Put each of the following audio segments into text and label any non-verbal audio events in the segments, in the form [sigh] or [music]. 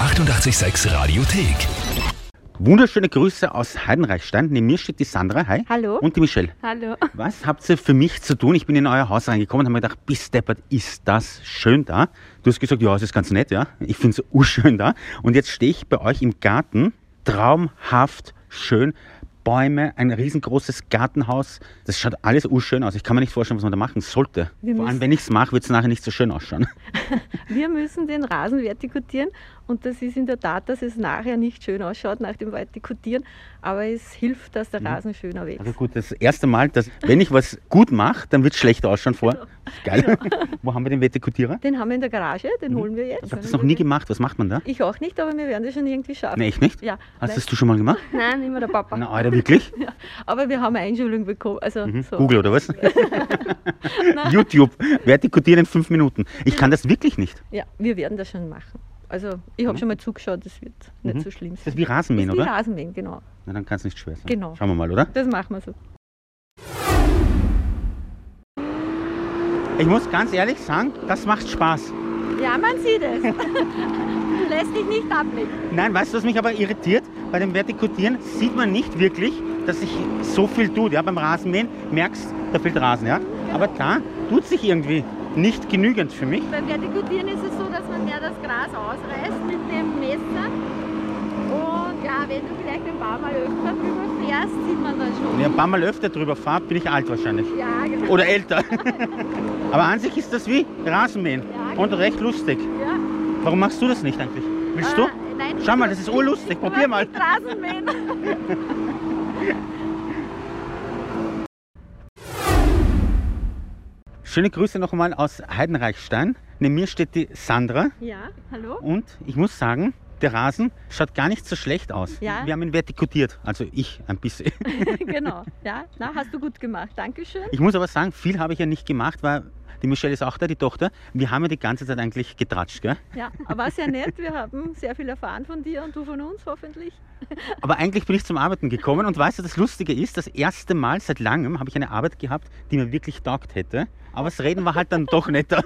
886 Radiothek. Wunderschöne Grüße aus Heidenreichstein. Neben mir steht die Sandra. Hi. Hallo. Und die Michelle. Hallo. [laughs] Was habt ihr für mich zu tun? Ich bin in euer Haus reingekommen und habe mir gedacht, bis deppert, ist das schön da. Du hast gesagt, ja, es ist ganz nett, ja. Ich finde es urschön da. Und jetzt stehe ich bei euch im Garten, traumhaft schön. Bäume, ein riesengroßes Gartenhaus. Das schaut alles urschön aus. Ich kann mir nicht vorstellen, was man da machen sollte. Wir Vor allem, müssen- wenn ich es mache, wird es nachher nicht so schön ausschauen. Wir müssen den Rasen vertikutieren und das ist in der Tat, dass es nachher nicht schön ausschaut nach dem Vertikutieren, aber es hilft, dass der Rasen schöner Also wächst. gut, das erste Mal, dass wenn ich was gut mache, dann wird es schlecht ausschauen vor. Geil. [laughs] Wo haben wir den Vertikutierer? Den haben wir in der Garage, den holen wir jetzt. Mhm. Ich habe das noch nie gemacht. Was macht man da? Ich auch nicht, aber wir werden das schon irgendwie schaffen. Nee, ich Also nicht? Ja, Hast nein. das du schon mal gemacht? Nein, immer der Papa. Na, Alter, wirklich? [laughs] Hm? aber wir haben eine Einschulung bekommen. Also so. Mhm. Google oder [laughs] was? YouTube, vertikutieren in fünf Minuten. Ich kann das wirklich nicht. Ja, wir werden das schon machen. Also ich habe schon mal zugeschaut, das wird nicht Mhm. so schlimm Das ist sein. wie Rasenmähen, Das ist wie oder? Rasenmähen, genau. Na, dann kann es nicht schwer sein. Genau. Schauen wir mal, oder? Das machen wir so. Ich muss ganz ehrlich sagen, das macht Spaß. Ja, man sieht es. [laughs] Lässt dich nicht abblicken. Nein, weißt du, was mich aber irritiert? Bei dem Vertikutieren sieht man nicht wirklich, dass sich so viel tut. Ja, beim Rasenmähen merkst da fehlt Rasen, ja. Aber da tut sich irgendwie nicht genügend für mich. Beim Vertikutieren ist es so, dass man ja das Gras ausreißt mit dem Messer. Und ja, wenn du vielleicht ein paar Mal öfter drüber fährst, sieht man dann schon. Wenn ich ein paar Mal öfter drüber fahre, bin ich alt wahrscheinlich. Ja, genau. Oder älter. [laughs] Aber an sich ist das wie Rasenmähen. Ja, Und recht lustig. Oh, Ja. Warum machst du das nicht eigentlich? Willst du? Äh, nein, Schau mal, das ist urlustig. [laughs] Probier mal. Straßenmähen. [laughs] Schöne Grüße nochmal aus Heidenreichstein. Neben mir steht die Sandra. Ja, hallo? Und ich muss sagen, der Rasen schaut gar nicht so schlecht aus. Ja. Wir haben ihn vertikutiert. Also ich ein [laughs] bisschen. [laughs] genau. Ja, na, hast du gut gemacht. Dankeschön. Ich muss aber sagen, viel habe ich ja nicht gemacht, weil die Michelle ist auch da, die Tochter. Wir haben ja die ganze Zeit eigentlich getratscht, gell? Ja, war sehr nett. Wir haben sehr viel erfahren von dir und du von uns hoffentlich. Aber eigentlich bin ich zum Arbeiten gekommen und weißt du, das Lustige ist, das erste Mal seit langem habe ich eine Arbeit gehabt, die mir wirklich taugt hätte. Aber das Reden war halt dann doch [laughs] netter.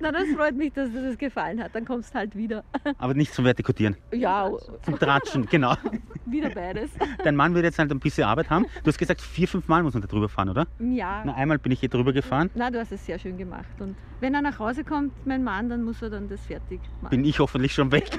Na, das freut mich, dass dir das gefallen hat. Dann kommst halt wieder. Aber nicht zum Vertikutieren, Ja, zum Tratschen, genau. [laughs] wieder beides. Dein Mann wird jetzt halt ein bisschen Arbeit haben. Du hast gesagt, vier, fünf Mal muss man da drüber fahren, oder? Na, Ja. einmal bin ich hier drüber gefahren, Na, du hast es sehr schön gemacht. Und wenn er nach Hause kommt, mein Mann, dann muss er dann das fertig machen. bin ich hoffentlich schon [laughs] weg.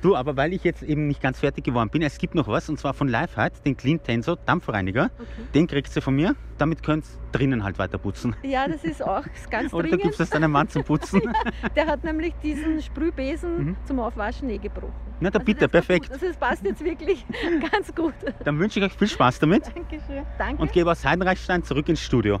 du, aber weil ich jetzt eben nicht ganz fertig geworden bin, es gibt noch was, und zwar von Lifeheit, den Clean Tenso Dampfreiniger. Okay. Den kriegst du von mir, damit könnt ihr drinnen halt weiter putzen. Ja, das [laughs] ist auch ganz Oder du gibst dringend. es deinem Mann zum Putzen. [laughs] Der hat nämlich diesen Sprühbesen Mhm. zum Aufwaschen eh gebrochen. Na, da Also bitte, das war gut. perfekt. Also das passt jetzt wirklich [laughs] ganz gut. Dann wünsche ich euch viel Spaß damit Dankeschön. Danke. und gebe aus Heidenreichstein zurück ins Studio.